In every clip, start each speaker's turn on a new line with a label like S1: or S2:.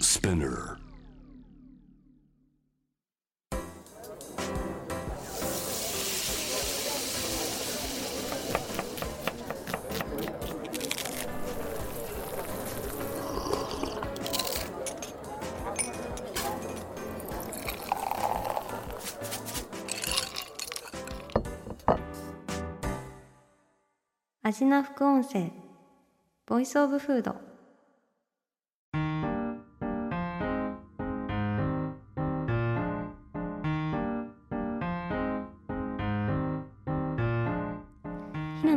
S1: Spinner.
S2: アジナ副音声ボイスオブフード平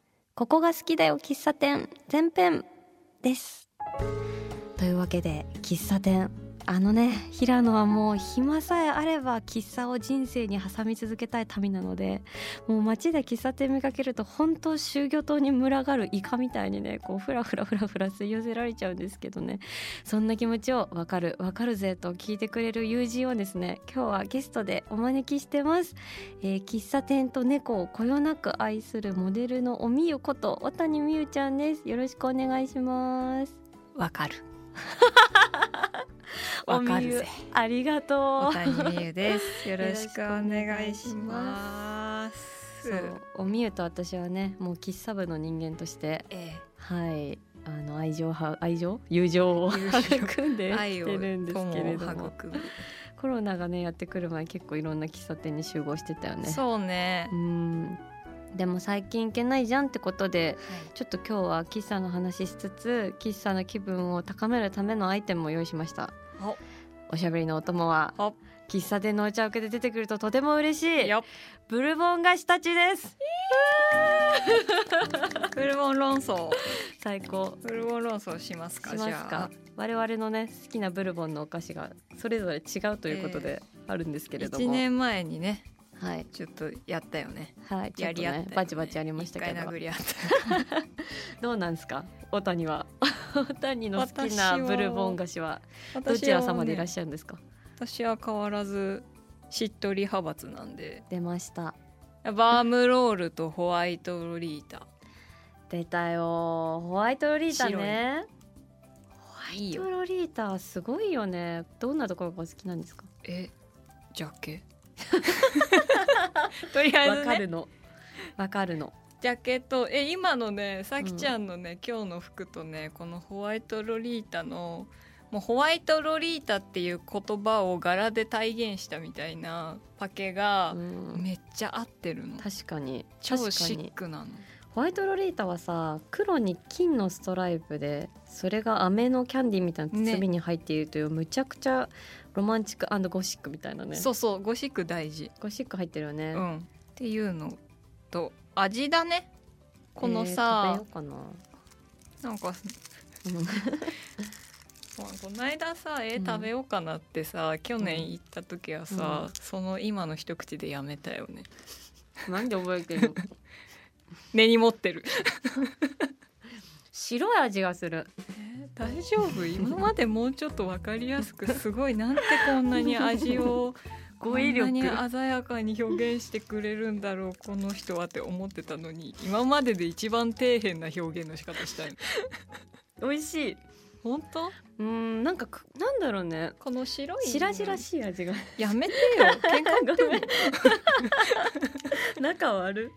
S2: 「ここが好きだよ喫茶店前編」ですというわけで喫茶店あのね平野はもう暇さえあれば喫茶を人生に挟み続けたい民なのでもう街で喫茶店見かけると本当終業島に群がるイカみたいにねこうフラフラフラフラ吸い寄せられちゃうんですけどねそんな気持ちを「わかるわかるぜ」と聞いてくれる友人をですね今日はゲストでお招きしてます、えー喫茶店と猫をこよなく愛するモデルのおみゆこと小谷みゆちゃんですよろしくお願いします
S3: わ かる。
S2: お
S3: わか
S2: み
S3: る
S2: ゆ
S3: ぜ。
S2: ありがと
S3: 小
S2: う
S3: 谷美優です。よろしくお願いしま
S2: そ
S3: す。
S2: うおみゆと私はねもう喫茶部の人間として
S3: え
S2: はいあの愛情は愛情友情を
S3: 友情
S2: 育ん
S3: え
S2: で
S3: 愛
S2: き
S3: を
S2: てるんですけれど
S3: 友を
S2: も
S3: 育む。
S2: コロナがねやってくる前結構いろんな喫茶店に集合してたよね
S3: そうね
S2: う。んでも最近行けないじゃんってことでちょっと今日は喫茶の話しつつ喫茶の気分を高めるためのアイテムを用意しました
S3: お
S2: おしゃべりのお供は
S3: お
S2: 喫茶店のお茶受けで出てくるととても嬉しい
S3: よ
S2: ブルボン菓子たちです
S3: っ、フルボン論争、
S2: 最高
S3: フルボン論争しますか。
S2: しますか
S3: じ
S2: 我々のね好きなブルボンのお菓子がそれぞれ違うということであるんですけ
S3: ゃ
S2: れ
S3: あ。
S2: ど
S3: 一
S2: も、
S3: 年前にね、
S2: はい
S3: ちょっとやったよね。
S2: はいちょ
S3: や
S2: っと
S3: り合ったよ
S2: ね
S3: ね。
S2: バチバチやりましたけ
S3: 一回
S2: ど
S3: 殴り合 った。
S2: どうなんですか小谷は 小谷の好き
S3: 私は
S2: なブルボン菓子はどちら様でいらっしゃるんですか、
S3: 私は変わらずしっとり派閥なんで、
S2: 出ました
S3: バームロールとホワイトリータ。
S2: 出たよホワイトロリータね
S3: いい
S2: ホ
S3: よ
S2: ワイ。トロリータすごいよねどんなところがお好きなんですか
S3: えジャケ とりあえ
S2: わ
S3: ず
S2: か
S3: ね
S2: るのわかるの
S3: ジャケとえ今のねさきちゃんのね、今日の服とねこのホワイトロリータのもうホワイトロリータっていう言葉を柄で体現したみたいなパケが
S2: う、ん
S3: めっちゃ合ってるの
S2: 確かに
S3: 超
S2: 確か
S3: シ
S2: に
S3: ックなの
S2: ホワイトロリータはさ黒に金のストライプでそれが飴のキャンディーみたいな包みに入っているという、むちゃくちゃロマンチックゴシックみたいなね
S3: そうそうゴシック大事、
S2: ゴシック入ってるよね、
S3: うん、っていうのと味だねこ
S2: え
S3: の
S2: ー
S3: さ、
S2: 食べよ
S3: なんか
S2: うかな
S3: まあこの間さえ
S2: うん
S3: 食べようかなってさ、去
S2: うん
S3: 年行った時はさ、
S2: うん
S3: その今の一口でやめたよね
S2: うん なんで覚えてるの
S3: 根に持ってる
S2: 白い味がする
S3: 大丈夫 今までもうちょっと分かりやすくすごいなんてこんなに味を
S2: 語彙力
S3: こんなに鮮やかに表現してくれるんだろうこの人はって思ってたのに今までで一番底辺な表現の仕方したよ
S2: 美味しい
S3: 本当
S2: うんなんかくなんだろうね
S3: この白いの
S2: 白々しい味が
S3: やめてよ喧嘩売ってん
S2: ごめ
S3: の
S2: ん 仲悪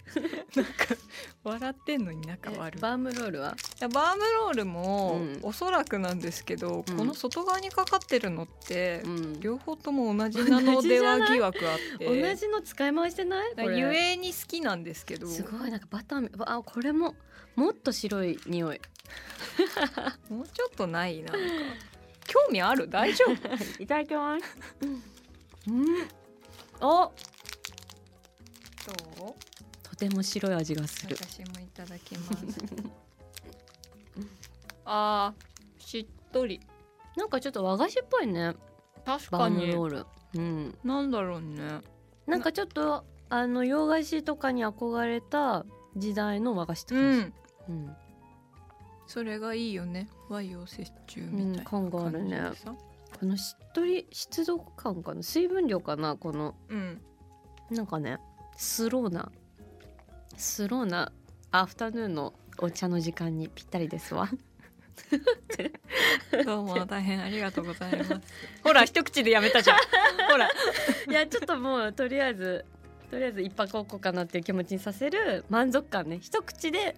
S3: 笑ってんのに仲悪い
S2: バームロールはい
S3: やバームロールも、
S2: うん
S3: おそらくなんですけど、
S2: うん
S3: この外側にかかってるのって、
S2: うん
S3: 両方とも同じなのでは疑惑あって
S2: 同じの使い回してないこれ
S3: ゆえに好きなんですけど
S2: すごいなんかバターみあこれももっと白い匂い
S3: もうちょっとないなんか興味ある大丈夫
S2: いただきますうんお
S3: どう
S2: とても白い味がする
S3: 私もいただきます あーしっとり
S2: なんかちょっと和菓子っぽいね
S3: 確
S2: バ
S3: か
S2: ーム
S3: に
S2: ロールうん、
S3: なんだろうね
S2: なんかちょっとあの洋菓子とかに憧れた時代の和菓子って
S3: う
S2: 感じ、う
S3: ん
S2: ん
S3: それがいいよね和洋折衷みたいな
S2: うん感があるね
S3: 感じでさ
S2: このしっとり湿度感かな水分量かなこの
S3: うん
S2: なんかねスローなスローなアフタヌーンのお茶の時間にぴったりですわ
S3: どうも大変ありがとうござい ます。ほら一口でやめたじゃ ん。ほら。
S2: いやちょっともうとりあえずとりあえず一泊置こうかなっていう気持ちにさせる満足感ね一口で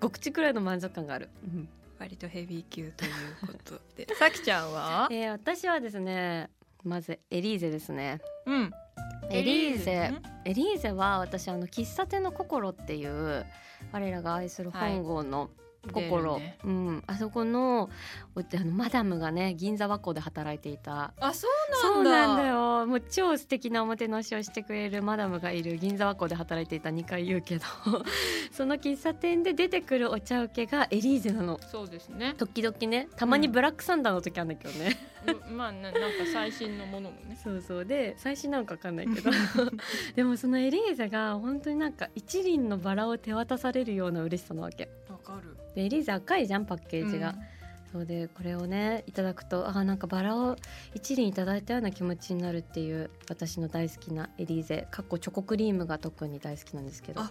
S2: 5口くらいの満足感がある、うん
S3: 割とヘビー級ということで。 さきちゃんは？
S2: えー私はですねまずエリーゼですね
S3: うん。
S2: エリーゼエリーゼは私あの喫茶店の心っていう我らが愛する本郷の心、
S3: 出るね
S2: うん、あそこのおあのマダムがね銀座和光で働いていた
S3: あそうな
S2: そ
S3: ん
S2: う
S3: だ。
S2: なんだよもう超素敵なおもてなしをしてくれるマダムがいる銀座和光で働いていた2回言うけどその 喫茶店で出てくるお茶受けがエリーゼなの
S3: そうですね。
S2: 時々ねたまにブラックサンダーの時あるんだけどね、
S3: うまあななんか最新のものもね。
S2: そうそうで最新なんかわかんないけど でもそのエリーゼが本当になんか一輪のバラを手渡されるような嬉しさなわけ
S3: わかる。
S2: でエリーゼ赤いじゃんパッケージが、そうでこれをねいただくとあーなんかバラを一輪いただいたような気持ちになるっていう私の大好きなエリーゼかっこチョコクリームが特に大好きなんですけど
S3: あ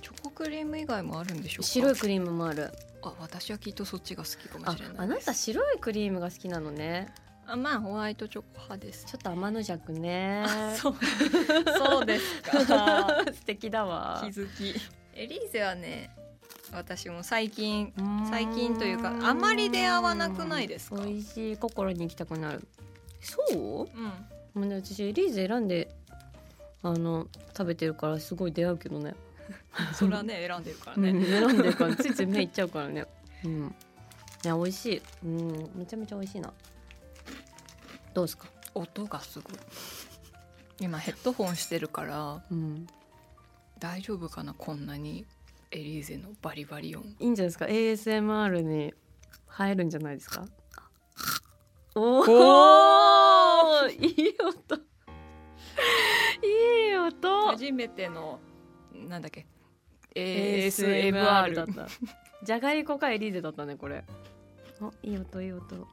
S3: チョコクリーム以外もあるんでしょうか。
S2: 白いクリームもある
S3: あ私はきっとそっちが好きかも
S2: あ
S3: しれないです。
S2: あなた白いクリームが好きなのね
S3: あまあホワイトチョコ派です。
S2: ちょっと天の弱ね
S3: あ そう そうですか。
S2: 素敵だわ
S3: 気づきエリーゼはね私も最近最近というかあまり出会わなくないですか
S2: 美味しい心に行きたくなるそう
S3: うん
S2: もうね私エリーゼ選んであの食べてるからすごい出会うけどね
S3: それはね選んでるから
S2: う
S3: ね
S2: ん、選んでるからついつい目いっちゃうからねうんいや美味しいうんめちゃめちゃ美味しいなどうですか
S3: 音がすごい今ヘッドホンしてるから
S2: うん
S3: 大丈夫かなこんなにエリーゼのバリバリ音
S2: いいんじゃないですか ASMR に入るんじゃないですかおおいい音いい音
S3: 初めてのなんだっけ
S2: ASMR だっ
S3: ASMR
S2: たじゃがりこかエリーゼだったねこれおいい音いい音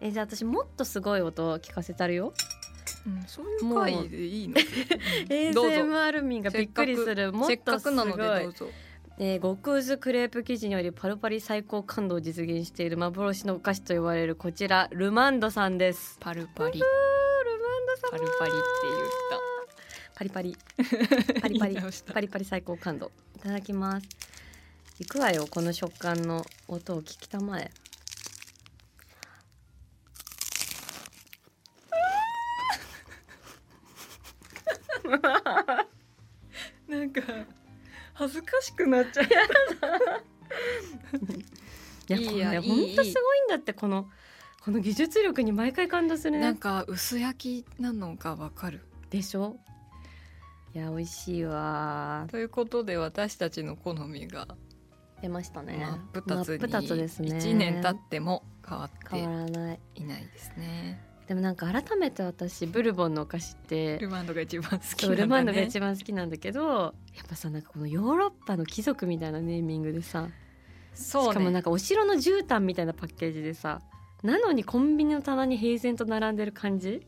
S2: えじゃあ私もっとすごい音聞かせたるよ
S3: うんそういう回でいいのうん どうぞ
S2: ASMR 民がびっくりするも
S3: せ
S2: っ
S3: っ
S2: と
S3: か
S2: す
S3: く
S2: ご
S3: なのでど
S2: いう
S3: ぞ
S2: えー極薄クレープ生地によりパルパリ最高感度を実現している幻のお菓子と言われるこちらルマンドさんです
S3: パルパリ
S2: うールマンド
S3: パルパリって
S2: パリパリ
S3: 言った
S2: パリパリ
S3: 言い直した
S2: パリパリ最高感度いただきますいくわよこの食感の音を聞きたまえ
S3: なんか恥ずかしくなっちゃう。
S2: いや
S3: いい
S2: こ
S3: や
S2: れ
S3: いい
S2: ほんとすごいんだってこのこの技術力に毎回感動する
S3: なん
S2: ね
S3: か薄焼きなのがわかる。
S2: でしょいや美味しいわ
S3: ということで私たちの好みが
S2: 出ましたね
S3: 真っ二つ
S2: 真っ二つです
S3: に
S2: ね
S3: 一年経っても変わっ
S2: 変
S3: て
S2: わらない
S3: いないですね。
S2: でもなんか改めて私ブルボンのお菓子って
S3: ルマンドが一番好き
S2: そう
S3: なんだね。
S2: ルマンドが一番好きなんだけどやっぱさなんかこのヨーロッパの貴族みたいなネーミングでさ、
S3: そうね。
S2: しかもなんかお城の絨毯みたいなパッケージでさなのにコンビニの棚に平然と並んでる感じ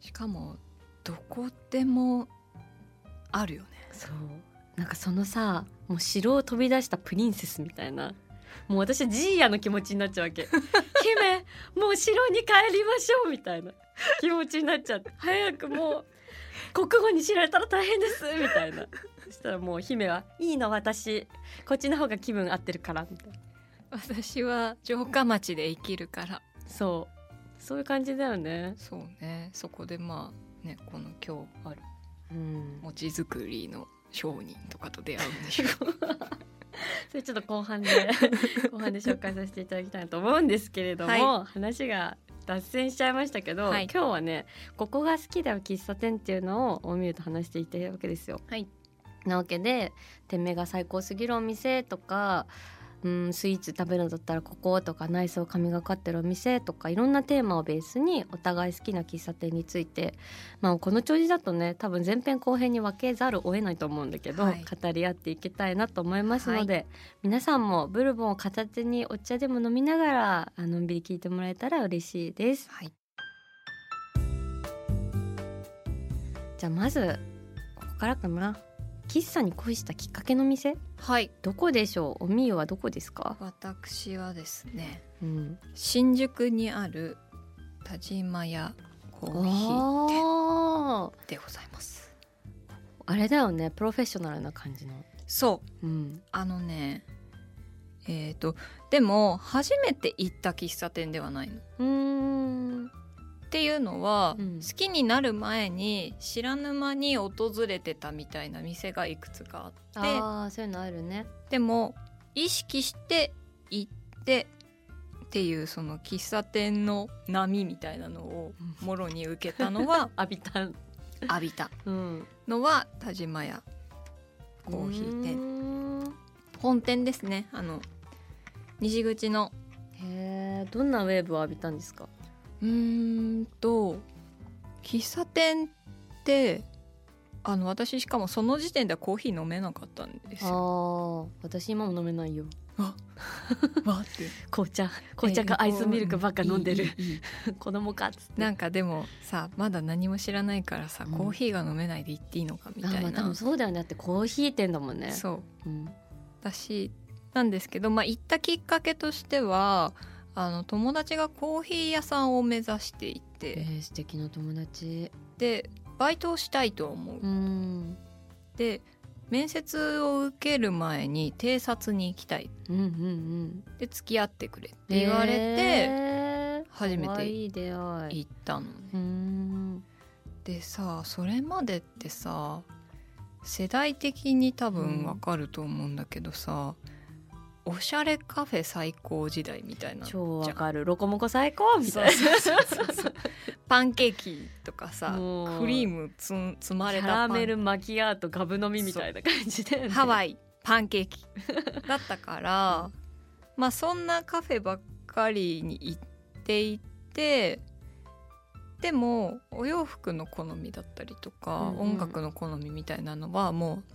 S3: しかもどこでもあるよね。
S2: そうなんかそのさもう城を飛び出したプリンセスみたいなもう私ジーヤの気持ちになっちゃう わけ姫もう城に帰りましょうみたいな気持ちになっちゃって早くもう国語に知られたら大変ですみたいなそしたらもう姫は「いいの私こっちの方が気分合ってるから」みたいな
S3: 私は城下町で生きるから。
S2: そうそういう感じだよね
S3: そうね。そこでまあねこの今日ある
S2: うん
S3: 餅作りの商人とかと出会う んでしょう。
S2: それちょっと後 半で後半で紹介させていただきたいなと思うんですけれども、
S3: は
S2: 話が脱線しちゃいましたけど、
S3: はい
S2: 今日はねここが好きだよ喫茶店っていうのを大見ると話していたわけですよ。
S3: はい
S2: なわけで店名が最高すぎるお店とかうん、スイーツ食べるんだったらこことか内装神がかってるお店とかいろんなテーマをベースにお互い好きな喫茶店について、まあ、この調子だとね多分前編後編に分けざるを得ないと思うんだけど、
S3: はい
S2: 語り合っていきたいなと思いますので、皆さんもブルボンを片手にお茶でも飲みながらあのんびり聞いてもらえたら嬉しいです。
S3: はい
S2: じゃあまずここからかな喫茶に恋したきっかけの店
S3: はい
S2: どこでしょうおみゆはどこですか、
S3: 私はですね
S2: うん、
S3: 新宿にある田島屋コーヒー店
S2: あー
S3: でございます
S2: あれだよねプロフェッショナルな感じの、
S3: そう
S2: うん、
S3: あのねえっ、とでも初めて行った喫茶店ではないの
S2: うーん
S3: っていうのは、
S2: うん
S3: 好きになる前に知らぬ間に訪れてたみたいな店がいくつかあって
S2: ああそういうのあるね
S3: でも意識して行ってっていうその喫茶店の波みたいなのをもろに受けたの は
S2: 浴びた、
S3: 浴びた
S2: うん、
S3: のは田島屋コーヒー店
S2: 店
S3: 本店ですねあの西口の
S2: へえどんなウェーブを浴びたんですか
S3: うーんと喫茶店ってあの私しかもその時点ではコーヒー飲めなかったんです
S2: あ
S3: よ。
S2: ー私今も飲めないよ
S3: わって
S2: 紅茶紅茶かアイスミルクばっか飲んでる、
S3: いいいいいい
S2: 子供かっつって
S3: なんかでもさまだ何も知らないからさ、
S2: うん
S3: コーヒーが飲めないで行っていいのかみた
S2: あ
S3: い
S2: まあ多
S3: な
S2: 分そうだよねだってコーヒー店だもんね
S3: そう
S2: うん
S3: だしなんですけど、まあ、行ったきっかけとしてはあの友達がコーヒー屋さんを目指してい
S2: え
S3: て
S2: ー素敵な友達
S3: でバイトをしたいと思う
S2: うん
S3: で面接を受ける前に偵察に行きたい
S2: うんうんうん
S3: で付き合ってくれって言われて
S2: えー
S3: 初め
S2: 可
S3: て
S2: 愛い出会い
S3: 行ったのね、
S2: うん
S3: でさそれまでってさ世代的に多
S2: う
S3: 分
S2: ん
S3: わかると思うんだけどさ、おしゃれカフェ最高時代みたいな
S2: 超
S3: じ
S2: わ
S3: ゃん
S2: かるロコモコ最高み
S3: そ
S2: たいうな
S3: そうそうそうパンケーキとかさ
S2: もう
S3: クリームつん積ま
S2: キ
S3: れ
S2: ャ
S3: たパ
S2: ラ
S3: ン
S2: メルマキアートガブ飲みみたいな感じで、ね、
S3: ハワ
S2: イ
S3: イパンケーキだったからまあそんなカフェばっかりに行っていてでもお洋服の好みだったりと
S2: う
S3: か、
S2: んうん
S3: 音楽の好みみたいなのはもう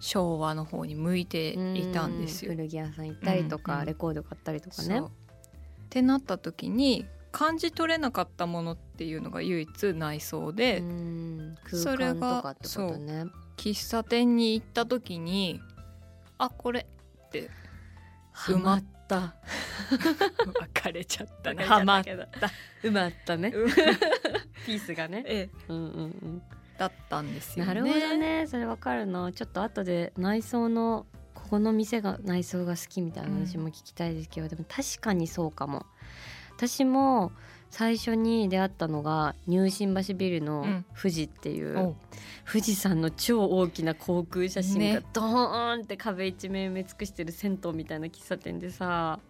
S3: 昭和の方に向いていたんですよ。
S2: 古着屋さん行ったりとか、
S3: うんうん
S2: レコード買ったりとか
S3: そ
S2: ね
S3: うってなった時に感じ取れなかったものっていうのが唯一内装で、
S2: うん
S3: そ
S2: 空
S3: れ
S2: 間と
S3: が
S2: かってことね
S3: 喫茶店に行った時にあこれって
S2: ハ
S3: 埋ま
S2: マ
S3: っ
S2: った
S3: 別れちゃったね
S2: ハマっ
S3: 別れちゃった
S2: 埋まったね
S3: けど
S2: ピースがね
S3: ええ
S2: うんうんうん
S3: だったんですよね。
S2: なるほどねそれわかるなちょっと後で内装のここの店が内装が好きみたいな話も聞きたいですけど、でも確かにそうかも私も最初に出会ったのが入信橋ビル
S3: う
S2: の
S3: ん
S2: 富士っていう、
S3: おう
S2: 富士山の超大きな航空写真が
S3: ね
S2: ドーンって壁一面埋め尽くしてる銭湯みたいな喫茶店でさ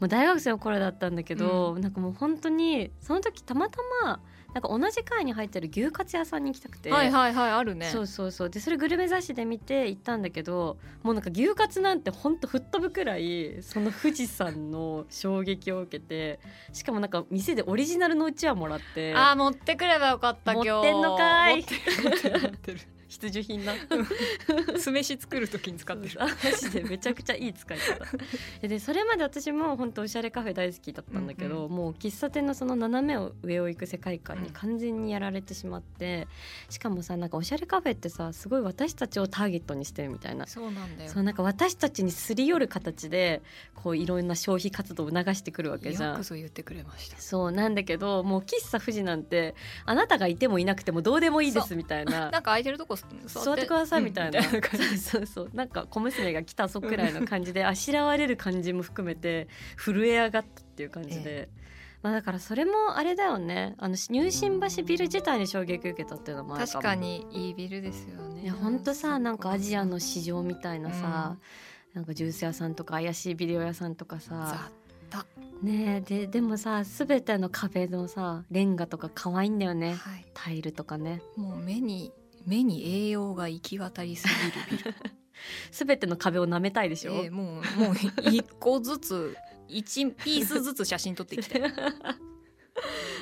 S2: もう大学生の頃だったんだけど、なんかもう本当にその時たまたまなんか同じ階に入ってる牛カツ屋さんに行きたくて。
S3: はいはいはいあるね。
S2: そうそうそうでそれグルメ雑誌で見て行ったんだけどもうなんか牛カツなんてほんと吹っ飛ぶくらいその富士山の衝撃を受けてしかもなんか店でオリジナルのうちわもらって
S3: あー持ってくればよかった
S2: 持
S3: 今
S2: っ
S3: 日。
S2: てんのかい
S3: 持ってる持ってる持っ
S2: 必需品な
S3: てる酢飯作る時に使ってる。
S2: あマジでめちゃくちゃいい使い 方でそれまで私も本当おしゃれカフェ大好きだったんだけど、
S3: う
S2: もう喫茶店のその斜めを上を行く世界観に完全にやられてしまって、しかもさなんかおしゃれカフェってさすごい私たちをターゲットにしてるみたいな
S3: そうなんだよ。
S2: そうなんか私たちにすり寄る形でこういろんな消費活動を促してくるわけじゃ
S3: よ
S2: ん
S3: く。ぞ言ってくれました。
S2: そうなんだけどもう喫茶富士なんてあなたがいてもいなくてもどうでもいいで
S3: そ
S2: すみたいな
S3: なんか空いてるとこ座
S2: 座ってくださいみたいな,、
S3: うんみたいな感じ
S2: そうそうそうなんか小娘が来たそくらいの感じであしらわれる感じも含めて震え上がったっていう感じで、
S3: え
S2: まあだからそれもあれだよねあの入信橋ビル自体に衝撃受けたっていうのもあるかも
S3: 確かにいいビルですよね。
S2: いやほんとさなんかアジアの
S3: 雑
S2: 市場みたいなさ、なんかジュース屋さんとか怪しいビデオ屋さんとかさねえででもさ全ての壁のさレンガとか可愛いんだよね
S3: はい。
S2: タイルとかね
S3: もう目に目に栄養が行き渡りすぎるビル。
S2: すべての壁を舐めたいでし ょ、
S4: えーもうもう一個ずつ一ピースずつ写真撮っていきたい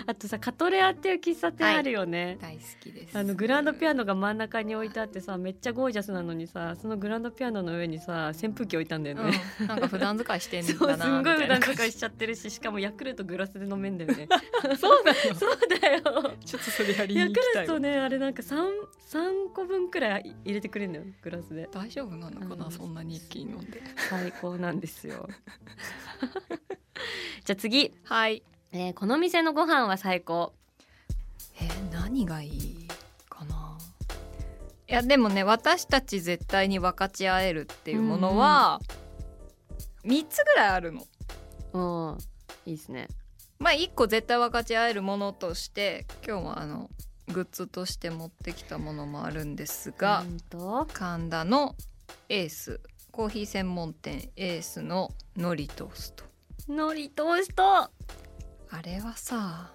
S2: あとさカトレアっていう喫茶店あるよね、
S4: 大好きです
S2: あのグランドピア
S4: ノ
S2: ノが真ん中に置いてあってさめっちゃゴージャスなのにさそのグランドピアノの上にさ扇風機置いたんだよね、
S4: うん、なんか普段使いしてんだ
S2: そうす
S4: なみ
S2: んご
S4: た
S2: い普
S4: な
S2: 段
S4: 感
S2: 使
S4: じ
S2: いしちゃって るししかもヤクルトグラスで飲めんだよね
S4: そうなの
S2: そうだよ
S4: ちょっとそれやりに
S2: ヤ
S4: 行
S2: ク
S4: きた
S2: ル
S4: い
S2: ト
S4: わ
S2: ねあれなんか 3, 3個分くらい入れてくれるんだよグラスで
S4: 大丈夫なのかな、
S2: うん
S4: そんなに一気に飲んで
S2: 最高なんですよ じゃあ次、
S4: はい
S2: えーこの店のご飯は最高
S4: えー何がいいかない
S3: やでもね私たち絶対に分かち合えるっていうものは3つぐらいあるの。
S2: おーいいですね
S3: まあ1個絶対分かち合えるものとして今日はあのグッズとして持ってきたものもあるんですが、
S2: うんと
S3: 神田のエースコーヒー専門店エースののりトースト。
S2: のりトースト
S3: あれはさ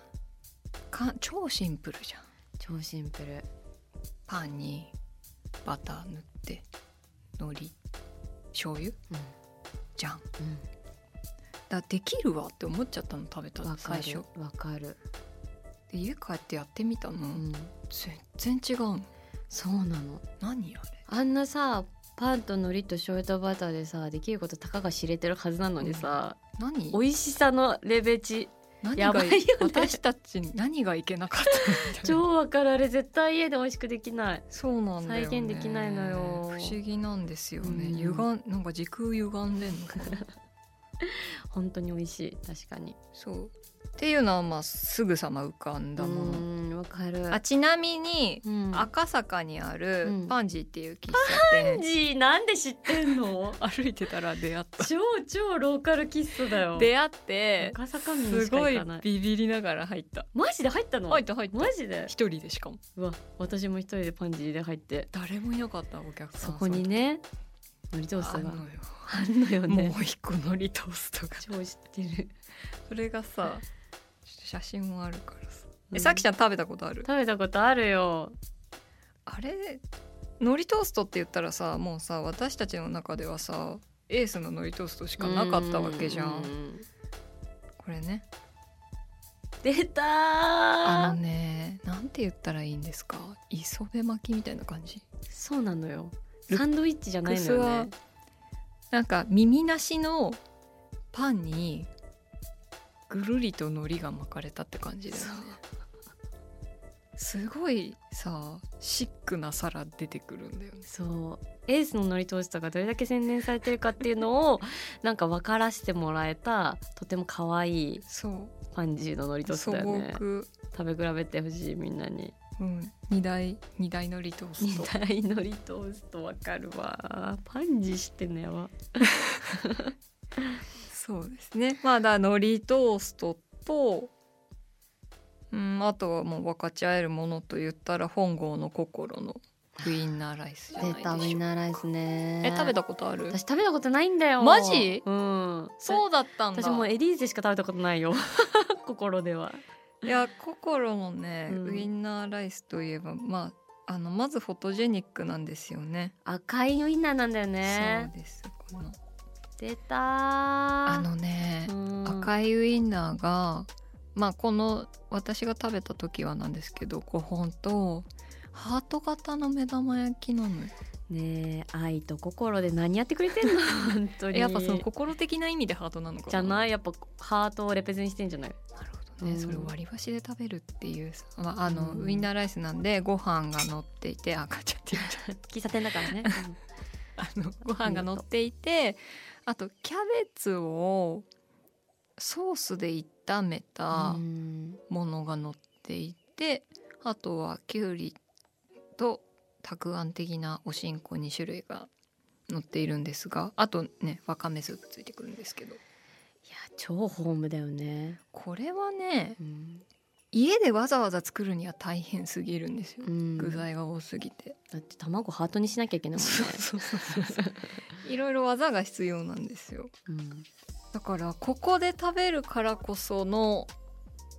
S3: か超シンプルじゃん。
S2: 超シンプル
S3: パンにバター塗って海苔醤油
S2: うん
S3: じゃんだできるわって思っちゃったの食べた
S2: わ、か
S3: 最
S2: る
S3: 初
S2: わかる、
S3: で家帰ってやってみたの、
S2: うん、
S3: 全然違うの
S2: そうなの
S3: 何あれ
S2: あんなさパンと海苔と醤油とバターでさできることたかが知れてるはずなのにさ、
S3: 何
S2: 美味しさのレベチ
S3: 何
S2: やば
S3: が
S2: いよね
S3: 私たちに何がいけなかったのみたいな
S2: 超わかるあれ絶対家で美味しくできない
S3: そうなんだよ、ね、
S2: 再現できないのよ
S3: 不思議なんですよね、
S2: うん
S3: 歪んなんか時空歪んで んのかな
S2: 本当に美味しい確かに
S3: そうっていうのはまあすぐさま浮かんだもの
S2: うんわかる
S3: あちなみに
S2: うん
S3: 赤坂にある
S2: うん
S3: パンジーっていう喫茶店、
S2: ジーなんで知ってん の
S4: 歩いてたら出会った
S2: 超超ローカル喫茶だよ
S3: 出会って
S2: 赤坂民に
S4: す
S2: しか
S4: ご
S2: 行
S4: い
S2: かない
S4: ビビりながら入った
S2: マジで入ったの
S4: 入った入った
S2: マジで
S4: 一人でしかも
S2: うわ私も一人でパンジーで入って
S4: 誰もいなかったお客さ
S2: そ
S4: ん
S2: こにねのりトース
S4: あ
S2: ト
S4: んの
S2: が
S4: よ
S2: あんのよね
S4: もう一個のリトーストが
S2: 超知ってる
S3: それがさちょっと写真もあるからさ
S2: う
S3: え
S2: ん
S3: さきちゃん食べたことある
S2: 食べたことあるよ
S3: あれのりトーストって言ったらさもうさ私たちの中ではさエースののりトーストしかなかったわけじゃ
S2: うんん
S3: これね
S2: 出たー
S3: あのねなんて言ったらいいんですか磯辺巻きみたいな感じ
S2: そうなのよ
S3: ルックスは
S2: サンドイッチじゃないのよね
S3: なんか耳なしのパンにぐるりと海苔が巻かれたって感じだよねすごいさシックな皿出てくるんだよね
S2: そうエースののりトーストがどれだけ洗練されてるかっていうのをなんか分からせてもらえたとても可愛い
S3: そ
S2: パンジーののりト
S3: う
S2: ースト
S3: 素
S2: だよね
S3: 朴、
S2: 食べ比べてほしいみんなに
S3: うん、二大二大海苔トース
S2: 二
S3: ト
S2: 大のりトースト分かるわパンジー知ってんのやわ
S3: そうですねまあだから海苔トーストとうんあとはもう分かち合えるものと言ったら本郷の心のウインナーライスじゃないでしょう
S2: ナ
S3: か
S2: ーライスね
S3: え食べたことある
S2: 私食べたことないんだよ
S3: マジ
S2: うん
S3: そうだったんだ
S2: 私もうエリーゼしか食べたことないよ 心ではい
S3: や心のね、
S2: うん
S3: ウインナーライスといえばまああのまずフォトジェニックなんですよね。
S2: 赤いウインナーなんだよね
S3: そうですこの
S2: 出たあ
S3: あのね、
S2: 赤い
S3: 赤いウインナーがまあこの私が食べた時はなんですけど5本とハート型の目玉焼きなのよ
S2: ねえ愛と心で何やってくれて んの本当に
S3: やっぱその心的な意味でハートなのかな
S2: じゃないいやっぱハートをレペゼンしてんじゃない
S3: なるほどね、
S2: うん
S3: それ割り箸で食べるっていうさ、まあ、あの、
S2: うん
S3: ウインナーライスなんでご飯が乗っていて赤ちゃんって言っちゃった
S2: 喫茶店だからね
S3: あの ご飯が乗っていてあとキャベツをソースで炒めた
S2: うん
S3: ものが乗っていてあとはきゅうりとたくあん的なおしんこ2種類が乗っているんですがあとねわかめスープついてくるんですけど
S2: いや超ホームだよね
S3: これはね
S2: うん、
S3: 家でわざわざ作るには大変すぎるんですよ
S2: うん
S3: 具材が多すぎて。
S2: だって卵ハートにしなきゃいけないもんね
S3: そうそうそうそう いろいろ技が必要なんですよ。
S2: うん
S3: だからここで食べるからこその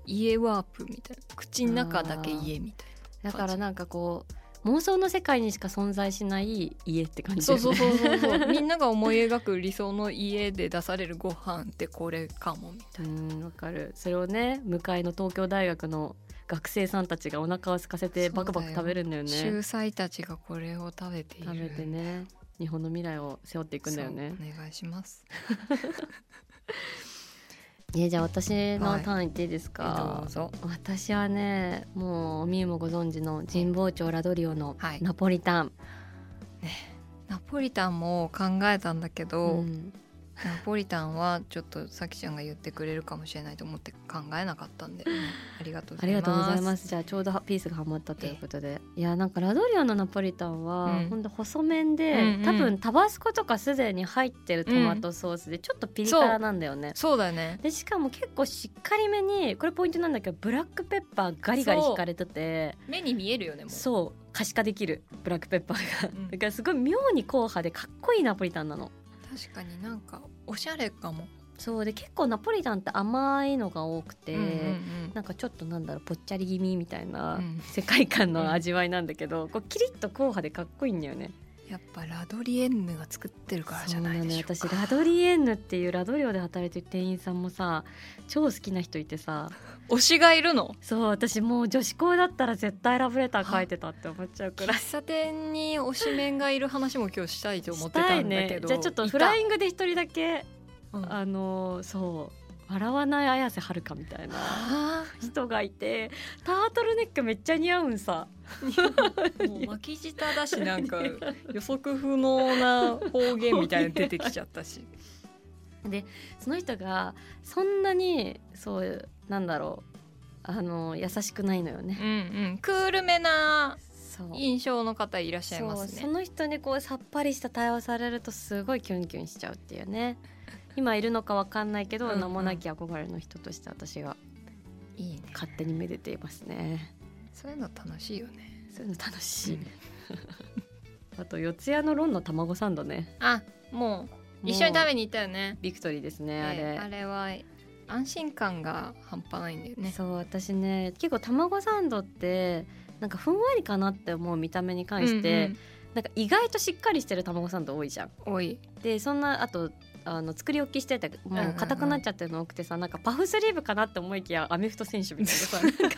S3: 家ワープみたいな口の中だけ家みたい
S2: だからなんかこう妄想の世界にしか存在しない家って感じ
S3: そ
S2: です
S3: うそ
S2: ね
S3: うそうそう そうみんなが思い描く理想の家で出されるご飯ってこれかもみたい な
S2: うんわかるそれをね向かいの東京大学の学生さんたちがお腹を空かせてバクバク食べるんだよね
S3: 秀才たちがこれを食べている
S2: 食べてね日本の未来を背負っていくんだよね
S3: そうお願いします
S2: えじゃあ私の
S3: はい
S2: 単位いっていいですか、
S3: どうぞ
S2: 私はねもうおみゆもご存知の神保町ラドリオの
S3: はい
S2: ナポリタン、
S3: ナポリタンも考えたんだけど、
S2: うん
S3: ナポリタンはちょっとさきちゃんが言ってくれるかもしれないと思って考えなかったんで、ありがとうご
S2: あ
S3: ざい
S2: りが
S3: ます
S2: とうございますじゃあちょうどピースがはまったということでいやなんかラドリオのナポリタンは、
S3: うん
S2: ほんと細麺で、
S3: うんうん
S2: 多分タバスコとかすでに入ってるトマトソースで、ちょっとピリ辛なんだよね
S3: そうだよね
S2: でしかも結構しっかりめにこれポイントなんだけどブラックペッパーガリガリ引かれてて
S3: 目に見えるよねもう
S2: そう可視化できるブラックペッパーが、
S3: うん
S2: だからすごい妙に硬派でかっこいいナポリタンなの
S3: 確かになんかおしゃれかも、
S2: そうで結構ナポリタンって甘いのが多くて、
S3: うんうん
S2: なんかちょっとなんだろうぽっちゃり気味みたいな、
S3: うん
S2: 世界観の味わいなんだけど、こうキリッと硬派でかっこいいんだよね。
S3: うんやっぱラドリエンヌが作ってるからじゃないでしょうか
S2: そうなのよ私ラドリエンヌっていうラドリオで働いてる店員さんもさ超好きな人いてさ
S3: 推しがいるの
S2: そう私もう女子校だったら絶対ラブレター書いてたって思っちゃう くらい。
S3: 喫茶店に推しメンがいる話も今日したいと思ってたんだけ
S2: し
S3: ど、
S2: たいね、じゃあちょっとフラ
S3: イ、
S2: イングで一人だけ
S3: うんあ
S2: あのそう笑わない綾瀬はるかみたい な
S3: あ
S2: 人がいてタートルネックめっちゃ似合うんさ
S3: もう巻き舌だしなん か予測不能な方言みたいなの出てきちゃったし
S2: その人がそんなにそうなんだろうあの優しくないのよ
S3: うん
S2: ね、
S3: うんクールめな
S2: そう
S3: 印象の方いらっしゃいま
S2: そう
S3: す
S2: そ
S3: ね
S2: の人にこうさっぱりした対話されるとすごいキュンキュンしちゃうっていう ね今いるのかわかんないけど
S3: うんうん
S2: 名もなき憧れの人として私が
S3: いいね
S2: 勝手にめでていますね
S3: そういうの楽しいよね
S2: そういうの楽しい、あと四谷のロンの卵サンドね
S3: あもう一緒に食
S2: べ
S3: べに行ったよね
S2: ビクトリーですねあれ、
S3: ええあれは安心感が半端ないんだよね
S2: そう私ね結構卵サンドってなんかふんわりかなって思う見た目に関して、
S3: うん
S2: なんか意外としっかりしてる卵サンド多いじゃん。
S3: うん多い
S2: でそんなあとあの作り置きしてて
S3: うん
S2: も
S3: う
S2: うん硬くなっちゃってるの多くてさなんかパフスリーブかなって思いきやアメフト選手みたいなさなん かそういう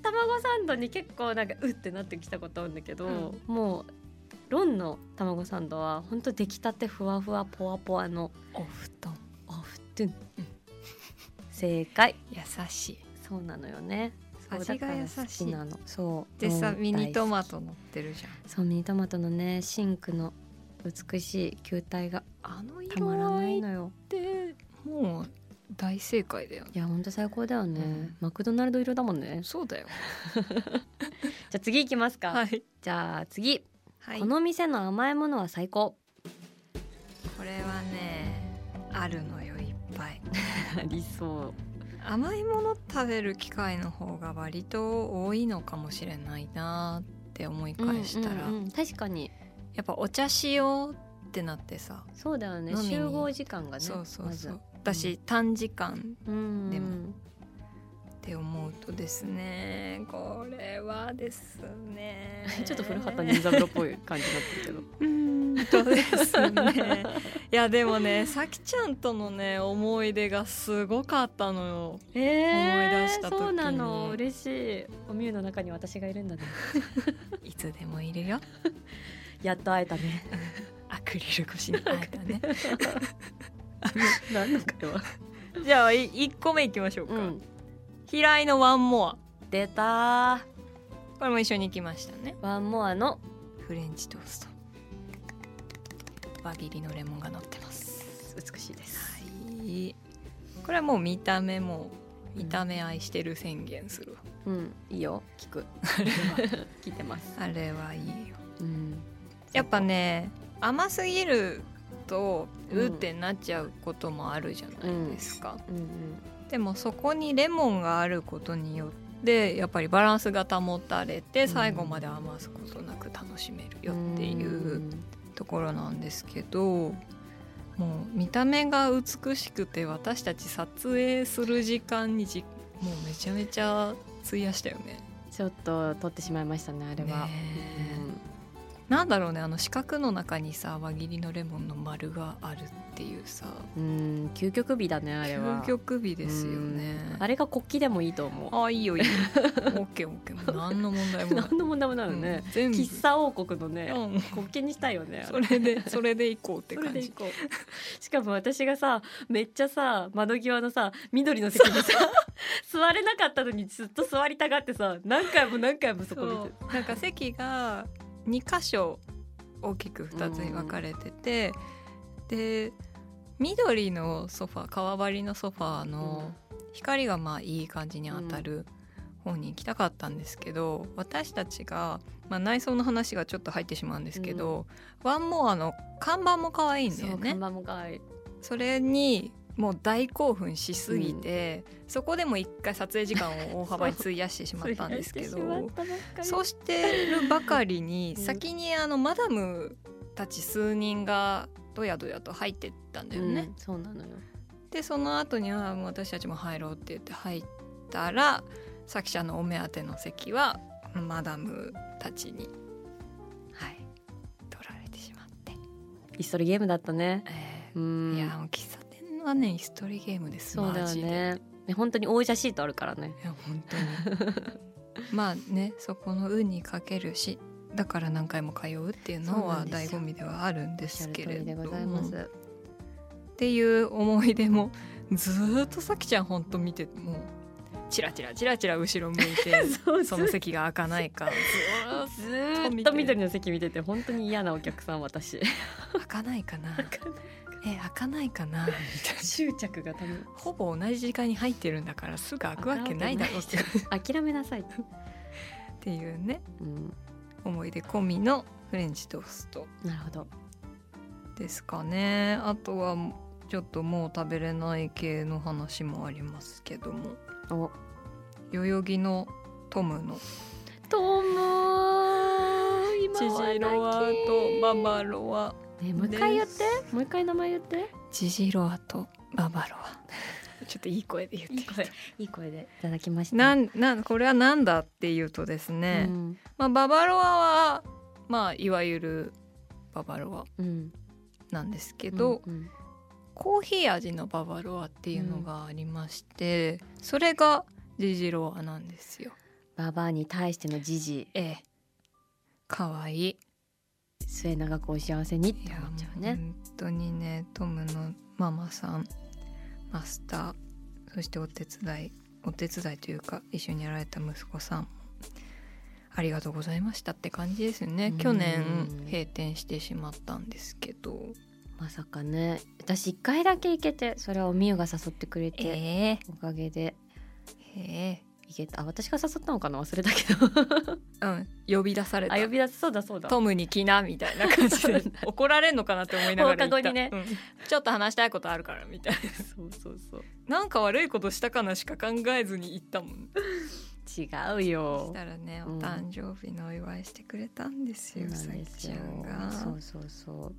S2: 卵サンドに結構なんかうってなってきたことあるんだけど、
S3: うん
S2: もうロンの卵サンドはほんと出来たてふわふわポワポワの
S3: お布団
S2: オフトゥン、正解
S3: 優しい
S2: そうなのよね。そう
S3: 味が優
S2: だから好
S3: し
S2: き
S3: い
S2: なの。そう。
S3: でさ
S2: うん
S3: ミニト
S2: 大好
S3: マト乗ってるじゃん
S2: きそうミニトマトのねシンクの美しい球体が
S3: あの
S2: たまら
S3: 色
S2: な
S3: 合い
S2: い
S3: っ
S2: のよ。
S3: てもう大正解だよね
S2: いや本当最高だよね、
S3: うん
S2: マクドナルド色だもんね。じ
S3: そうだよ
S2: ゃあ次行きますか。
S3: い、
S2: じゃあ次、
S3: はい、
S2: この店の甘いものは最 高。
S3: これはねあるのよいっぱい
S2: 理想。
S3: 甘いもの食べる機会の方が割と多いのかもしれないなって思い返したら、
S2: うんうんうん確かに
S3: やっぱお茶しようってなってさ、
S2: そうだよね
S3: 飲みに
S2: 集合時間がね
S3: そうそう
S2: ま
S3: そ
S2: ず
S3: う、私、短時間
S2: うん
S3: でもって思うとですねこれはですね
S2: ちょっと古畑任三郎っぽい感じになってるけど。
S3: うんとです ねいやでもねさきちゃんとのね思い出がすごかったのよ
S2: えー
S3: 思い出した時に
S2: そうなの嬉しいおみゆの中に私がいるんだね
S3: いつでもいるよ
S2: やっと会えたね
S3: アクリル越 しに会えたね
S2: 何の会話
S3: じゃあい1個目いきましょうか、
S2: うん
S3: 平井のワンモア
S2: 出たー
S3: これも一緒に行きましたね
S2: ワンモアの
S3: フレンチトースト輪切りのレモンが乗ってます
S2: 美しいです
S3: はいこれはもう見た目も見た目愛してる宣言するわ、
S2: うんいいよ聞く 聞いてます
S3: あれはいいよ
S2: うん
S3: やっぱね甘すぎると
S2: うん
S3: うってなっちゃうこともあるじゃないですか、
S2: うんうん
S3: でもそこにレモンがあることによってやっぱりバランスが保たれて最後まで余すことなく楽しめるよっていうところなんですけどもう見た目が美しくて私たち撮影する時間にじもうめちゃめちゃ費やしたよね
S2: ちょっと取ってしまいましたねあれは、
S3: ねなんだろうねあの四角の中にさ輪切りのレモンの丸があるっていうさ
S2: うんうん究極美だねあれは
S3: 究極美ですよね
S2: うんあれが国旗でもいいと思う
S3: あいい よいいよオッケーオッケーもう何の問題もない
S2: 何の問題もないよね、
S3: うん全部
S2: 喫茶王国のね、
S3: うん
S2: 国旗にしたいよねあ
S3: そ
S2: れ
S3: れでそれでいこうって
S2: それ
S3: 感
S2: で
S3: じ
S2: 行こう しかも私がさめっちゃさ窓際のさ緑の席に さ座れなかったのにずっと座りたがってさ何回も何回もそこ見て
S3: そうなんか席が2箇所大きく2つに分かれてて、で緑のソファー革張りのソファーの光がまあいい感じに当たる方に行きたかったんですけど、私たちが、まあ、内装の話がちょっと入ってしまうんですけど、ワンモアの看板も可愛いんだ
S2: そ
S3: よ
S2: う
S3: ね
S2: 看。板も可愛い
S3: それにもう大興奮しすぎて、そこでも一回撮影時間を大幅に費やしてしまったんですけ
S2: しまっ
S3: ど
S2: たばっかり
S3: そうしてるばかりに
S2: うん
S3: 先にあのマダムたち数人がどやどやと入ってったんだよね
S2: う。んそうなのよ
S3: でその後にあもう私たちも入ろうって言って入ったら作者のお目当ての席はマダムたちにはい取られてしまって、
S2: イストリゲームだったね
S3: え
S2: う
S3: ー
S2: ん
S3: いやもう喫茶店はね椅子取りゲームです
S2: そうだ
S3: マ
S2: よ
S3: ジで
S2: ねね本当に王者シートあるからね
S3: いや本当に まあねそこの運にかけるしだから何回も通うっていうの
S2: そうな
S3: は
S2: んで
S3: 醍
S2: すよ
S3: 醐味ではあるんで
S2: おっしゃ
S3: す
S2: る
S3: け
S2: 通
S3: れ
S2: りで
S3: ど
S2: ございま
S3: も
S2: す
S3: っていう思い出もずーっとさきちゃんほんと見てもうチラチラチラチラ後ろ向い て
S2: そう
S3: その席が開かないかずーっ
S2: ずーっと
S3: と見て
S2: 緑の席見てて本当に嫌なお客さん私
S3: と開かないかなえ開かないかなみたいな
S2: 執着が多分
S3: ほぼ同じ時間に入ってるんだからすぐ開くわけないだろうって
S2: 諦めなさいって、
S3: っていうね
S2: うん、
S3: 思い出込みのフレンチトースト
S2: なるほど
S3: ですかねあとはちょっともう食べれない系の話もありますけども
S2: お
S3: 代々木のトムの
S2: トム今
S3: ジジロワ
S2: は
S3: とババロア
S2: ねもう一回言ってもう一回名前言って
S3: ジジロアとババロアちょっといい声で言って
S2: 声いい声でいただきました
S3: なんなんこれはなんだっていうとですね、
S2: うん
S3: まあ、ババロアはまあいわゆるババロア
S2: うん
S3: なんですけど、
S2: うん
S3: コーヒー味のババロアっていうのがありまして、それがジジロアなんですよ。
S2: ババアに対してのジジ
S3: ええ可愛い
S2: 末永くお幸せにっ
S3: い
S2: て
S3: や
S2: 思っちゃう
S3: もう
S2: ね
S3: 本当にねトムのママさんマスターそしてお手伝いお手伝いというか一緒にやられた息子さんありがとうございましたって感じですよね
S2: うん
S3: 去年閉店してしまったんですけど
S2: まさかね私一回だけ行けてそれはおみゆが誘ってくれ
S3: え
S2: て、
S3: え
S2: おかげで
S3: ええ
S2: 行けたあ私が誘ったのかな忘れたけど
S3: うん呼び出され た
S2: あ呼び出すそうだそうだ
S3: トムに来なみたいな感 じで怒られんのかなって思いながら行った
S2: 放課後にね
S3: うんちょっと話したいことあるからみたいな
S2: そうそうそう
S3: なんか悪いことしたかなしか考えずに行ったもん。
S2: 違うよ
S3: したらね、
S2: うん
S3: お誕生日のお祝いしてくれたんです
S2: そう
S3: よ、
S2: なん
S3: さ
S2: で
S3: き
S2: す
S3: ち
S2: よ
S3: ゃんが。
S2: そうそうそう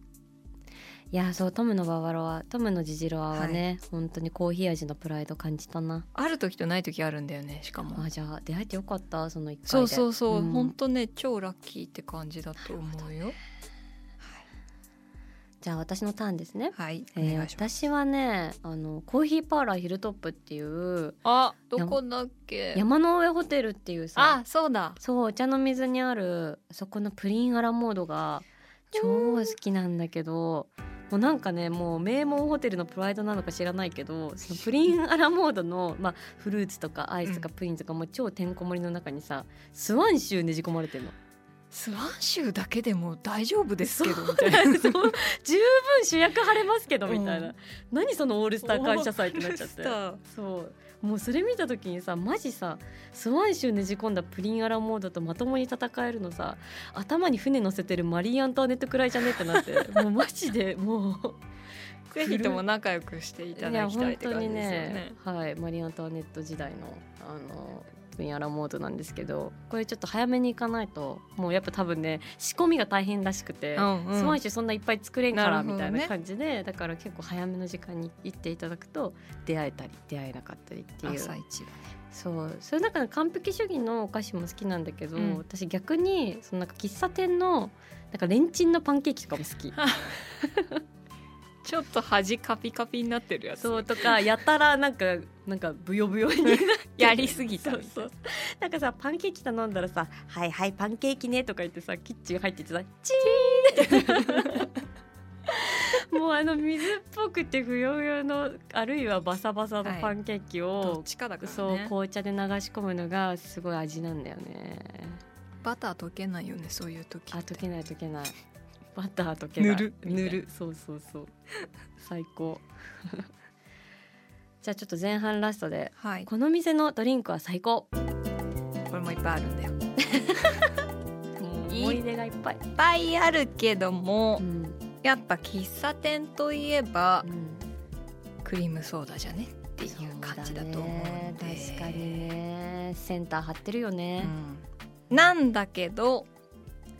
S2: いやそうトムのババロアトムのジジロアはね、本当にコーヒー味のプライド感じたな
S3: ある時とない時あるんだよね、しかも
S2: あ。じゃあ出会えてよかったその一回で
S3: そうそうそう、
S2: ん
S3: ほんとね、超ラッキーって感じだと思うよ。
S2: じゃあ私のターンですね、
S3: はい、
S2: え
S3: お
S2: ー
S3: 願いします。
S2: 私はねあのコーヒーパーラーヒルトップっていう
S3: あ、どこだっけ。
S2: 山の上ホテルっていうさ
S3: あ、そうだ。
S2: そうお茶の水にあるそこのプリンアラモードが超好きなんだけどもうなんかねもう名門ホテルのプライドなのか知らないけどそのプリンアラモードの、まあ、フルーツとかアイスとか
S3: う
S2: プリンとか、もう超てんこ盛りの中にさスワン州ねじ込まれてるの
S3: スワン州だけでも大丈夫ですけどみたいな。
S2: そう十分主役張れますけどみたいな、
S3: うん
S2: 何そのオールスター感謝祭ってなっちゃっ
S3: オ
S2: て
S3: ールスター
S2: そうもうそれ見た時にさマジさスワン州ねじ込んだプリンアラモードとまともに戦えるのさ頭に船乗せてるマリー・アントワネットくらいじゃねってなって もうマジでも
S3: ぜひとも仲良くしていうただきたいって
S2: や
S3: 感じですよ
S2: 本
S3: ね。
S2: 当にねはいマリー・アントワネット時代のあのプンやらモードなんですけどこれちょっと早めに行かないともうやっぱ多分ね仕込みが大変らしくて、
S4: うんうん
S2: すまんしそんないっぱい作れんか
S4: な
S2: ら
S4: る
S2: み
S4: ほど
S2: た
S4: ね
S2: いな感じで、だから結構早めの時間に行っていただくと出会えたり出会えなかったりっていう
S3: 朝一はね
S2: そうそれなんか完璧主義のお菓子も好きなんだけど、
S4: うん
S2: 私逆にそのなんか喫茶店のなんかレンチンのパンケーキとかも好き
S4: ちょっと端カピカピになってるやつ
S2: そうとかやたらなんかなんかブヨブヨに
S4: やりすぎた
S2: そう
S4: みた
S2: そ
S4: いう
S2: なんかさパンケーキ頼んだらさ「はいはいパンケーキね」とか言ってさキッチン入ってってさ「チーン!」もうあの水っぽくて不要用のあるいはバサバサのパンケーキ
S4: など
S2: を
S4: っ、ちかだからね
S2: そう紅茶で流し込むのがすごい味なんだよね
S3: バター溶けないよねそういう時
S2: あ溶けない溶けないバター溶けない
S4: 塗る
S2: みたいな
S4: 塗る
S2: そうそうそう最高 じゃあちょっと前半ラストで
S3: はいこ
S2: この店のドリンクは最高
S3: れもいっぱいあるんだよ
S2: もう
S3: いい
S2: 思い出がいっぱい、
S3: いっぱいあるけども
S2: うん
S3: やっぱ喫茶店といえば
S2: うん
S3: クリームソーダじゃねっていう感じだと思うんで
S2: そうだね確かにねセンター張ってるよね、
S3: うんなんだけど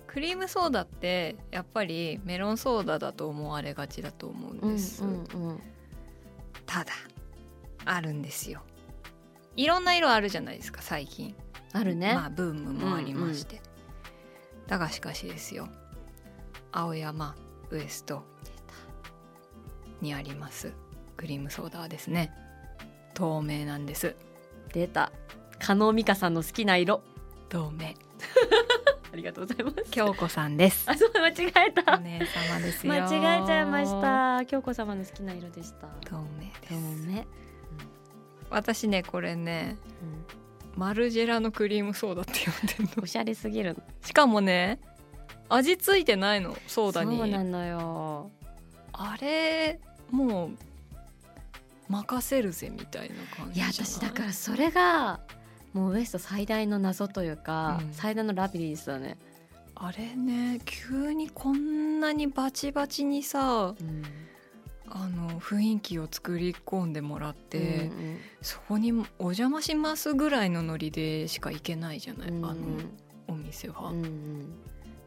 S3: クリームソーダってやっぱりメロンソーダだと思われがちだと思うんです、
S2: うん
S3: ただあるんですよいろんな色あるじゃないですか最近
S2: あるね、
S3: まあブームもありまして、だがしかしですよ青山ウエストにありますクリームソーダはですね透明なんです
S2: 出た加納美香さんの好きな色
S3: 透明
S2: ありがとうございます
S3: 京子さんです
S2: あそう間違え
S3: お
S2: た
S3: 姉様ですよ
S2: 間違えちゃいました京子様の好きな色でした
S3: 透明です
S2: 透明、
S3: 私ねこれね
S2: うん
S3: マルジェラのクリームソーダって呼んでる
S2: お
S3: の
S2: しゃれすぎる
S3: しかもね味付いてないのソーダに
S2: そうなのよ
S3: あれもう任せるぜみたいな感じ
S2: い
S3: じゃ
S2: や
S3: ない
S2: 私だからそれがもうウエスト最大の謎というか、
S3: うん
S2: 最大のラビリンスだね、
S3: あれね急にこんなにバチバチにさ
S2: うん、
S3: あの雰囲気を作り込んでもらって、
S2: うん
S3: そこにお邪魔しますぐらいのノリでしか行けないじゃない、
S2: うん
S3: あのお店は、
S2: う
S3: も
S2: んうん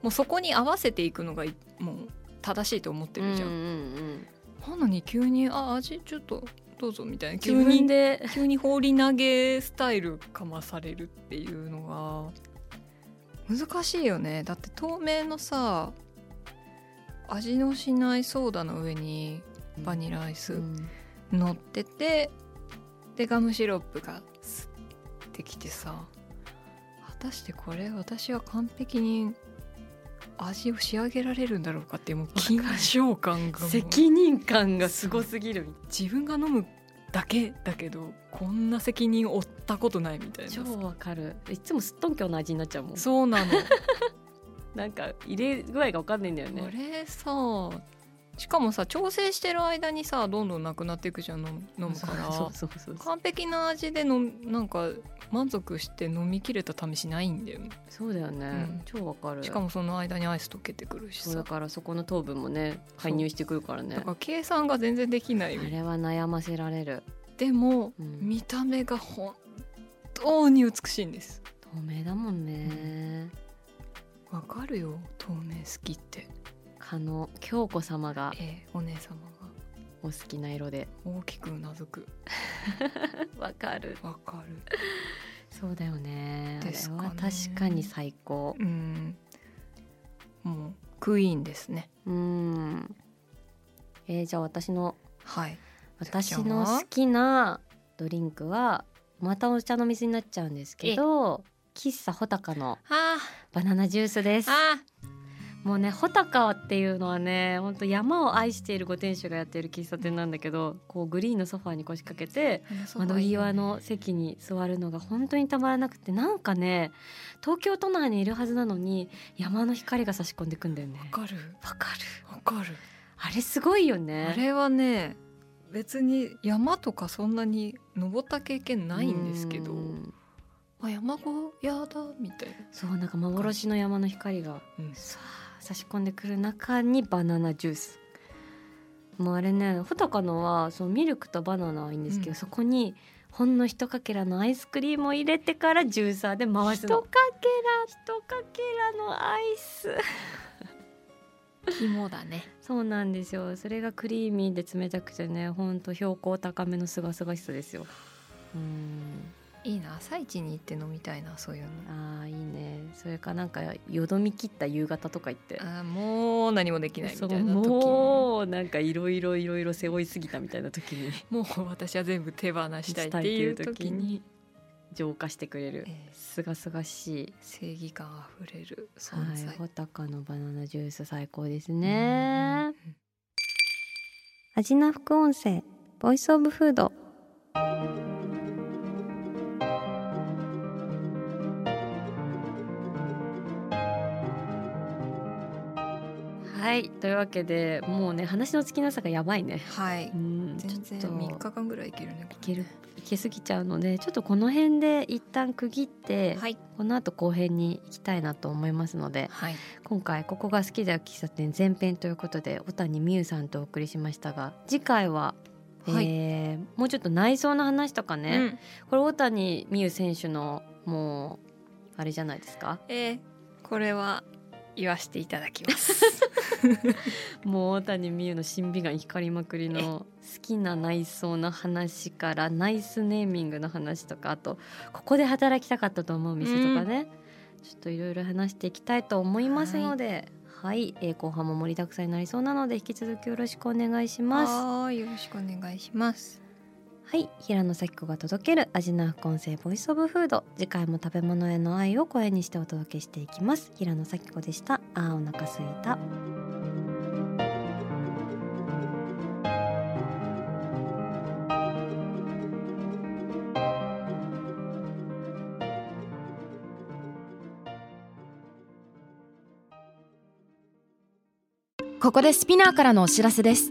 S3: うそこに合わせていくのがいもう正しいと思ってるじゃん、
S2: うんうん
S3: なのに急に「あ味ちょっとどうぞ」みたいな
S2: 自
S3: 急
S2: 分
S3: に
S2: で
S3: 急に放り投げスタイルかまされるっていうのが難しいよねだって透明のさ味のしないソーダの上にバニラアイ
S2: う
S3: ス
S2: ん
S3: 乗ってて、でガムシロップがスッてきてさ果たしてこれ私は完璧に味を仕上げられるんだろうかっていうもう緊張感がも う
S2: 責任感がすごすぎるみた
S3: 自分が飲むだけだけどこんな責任負ったことないみたい
S2: い
S3: な
S2: な超わかるいつもすっとんきょうの味になっちゃうもん
S3: そうなの
S2: なんか入れ具合がわかんないんだよ
S3: こ
S2: ね
S3: れさしかもさ調整してる間にさどんどんなくなっていくじゃん飲む飲むから
S2: そうそうそうそう
S3: 完璧な味で飲むなんか満足して飲みきれた試しないんだよね
S2: そうだよね、
S3: うん
S2: 超わかる
S3: しかもその間にアイス溶けてくるし
S2: そう
S3: さ
S2: だからそこの糖分もね介入してくるからね
S3: だから計算が全然できない
S2: あれは悩ませられる、
S3: でも
S2: うん、
S3: 見た目が本当に美しいんです
S2: 透明だもんね
S3: わかるよ透明好きって
S2: 可能京子様が
S3: えーお姉様が
S2: お好きな色で
S3: 大きくうなずく
S2: わかる
S3: わかる
S2: そうだよね
S3: ですかね
S2: あれは確かに最高
S3: うんもうクイーンですね
S2: うんえーじゃあ私の
S3: はい
S2: 私の好きなドリンクはまたお茶の水になっちゃうんですけど喫茶ほたかの
S3: あ
S2: バナナジュースです
S3: あ
S2: もうねほたかっていうのはね本当山を愛しているご店主がやっている喫茶店なんだけどこうグリーンのソファーに腰掛けて窓際の席に座るのが本当にたまらなくてなんかね東京都内にいるはずなのに山の光が差し込んでくんだよね
S3: わかる
S2: わかる
S3: わかる
S2: あれすごいよ
S3: あ
S2: ね
S3: れはね別に山とかそんなに登った経験ないんですけど
S2: うん
S3: あ山小屋だみたいな、
S2: そうなんか幻の山の光が
S3: うん
S2: さあ差し込んでくる中にバナナジュースもうあれね穂高のはそのミルクとバナナはいいんですけど、
S3: うん
S2: そこにほんの一かけらのアイスクリームを入れてからジューサーで回すのかけら一かけらのアイス
S3: 肝だね
S2: そうなんですよそれがクリーミーで冷たくてねほんと標高高めのすがすがしさですようん
S3: いいな朝一に行って飲みたいなそういうの
S2: あーいいねそれかなんかよどみ切った夕方とか行って
S3: あーもう何もできないみた
S2: そ
S3: いうな時にも
S2: もうなんかいろいろいろいろ背負いすぎたみたいな時 に
S3: う私は全部手放したいっていう時に
S2: 浄化してくれる
S3: ええ
S2: すがすがしい
S3: 正義感あふれる存
S2: は
S3: 在、
S2: い、ほたかのバナナジュース最高です
S3: うんうん
S2: ね。アジナ副音声ボイスオブフード。はい、というわけで、もうね、話の尽きなさがやばいね。
S3: はい
S2: うん、
S3: 全然
S2: ちょっと
S3: 3日間ぐらいいけるね
S2: いける
S3: こ
S2: 行き過ぎちゃうので、ちょっとこの辺で一旦区切って、
S3: れねはい
S2: この後後編に行きたいなと思いますので、
S3: はい
S2: 今回「ここが好きだよ喫茶店」前編ということで小谷美優さんとお送りしましたが次回は、
S3: はい
S2: えーもうちょっと内装の話とか
S3: う
S2: ね、
S3: ん
S2: これ小谷美優選手のもうあれじゃないですか
S3: えーこれは言わしていただきます
S2: もう小谷美優の審美眼光りまくりの好きな内装の話からナイスネーミングの話とかあとここで働きたかったと思う店とかね、ちょっといろいろ話していきたいと思いますのではい、えー後半も盛りだくさんになりそうなので引き続きよろしくお願いします。
S3: はーいよろしくお願いします
S2: はい平野咲子が届ける味の副音声ボイスオブフード次回も食べ物への愛を声にしてお届けしていきます平野咲子でしたあーお腹すいた
S5: ここでスピナーからのお知らせです。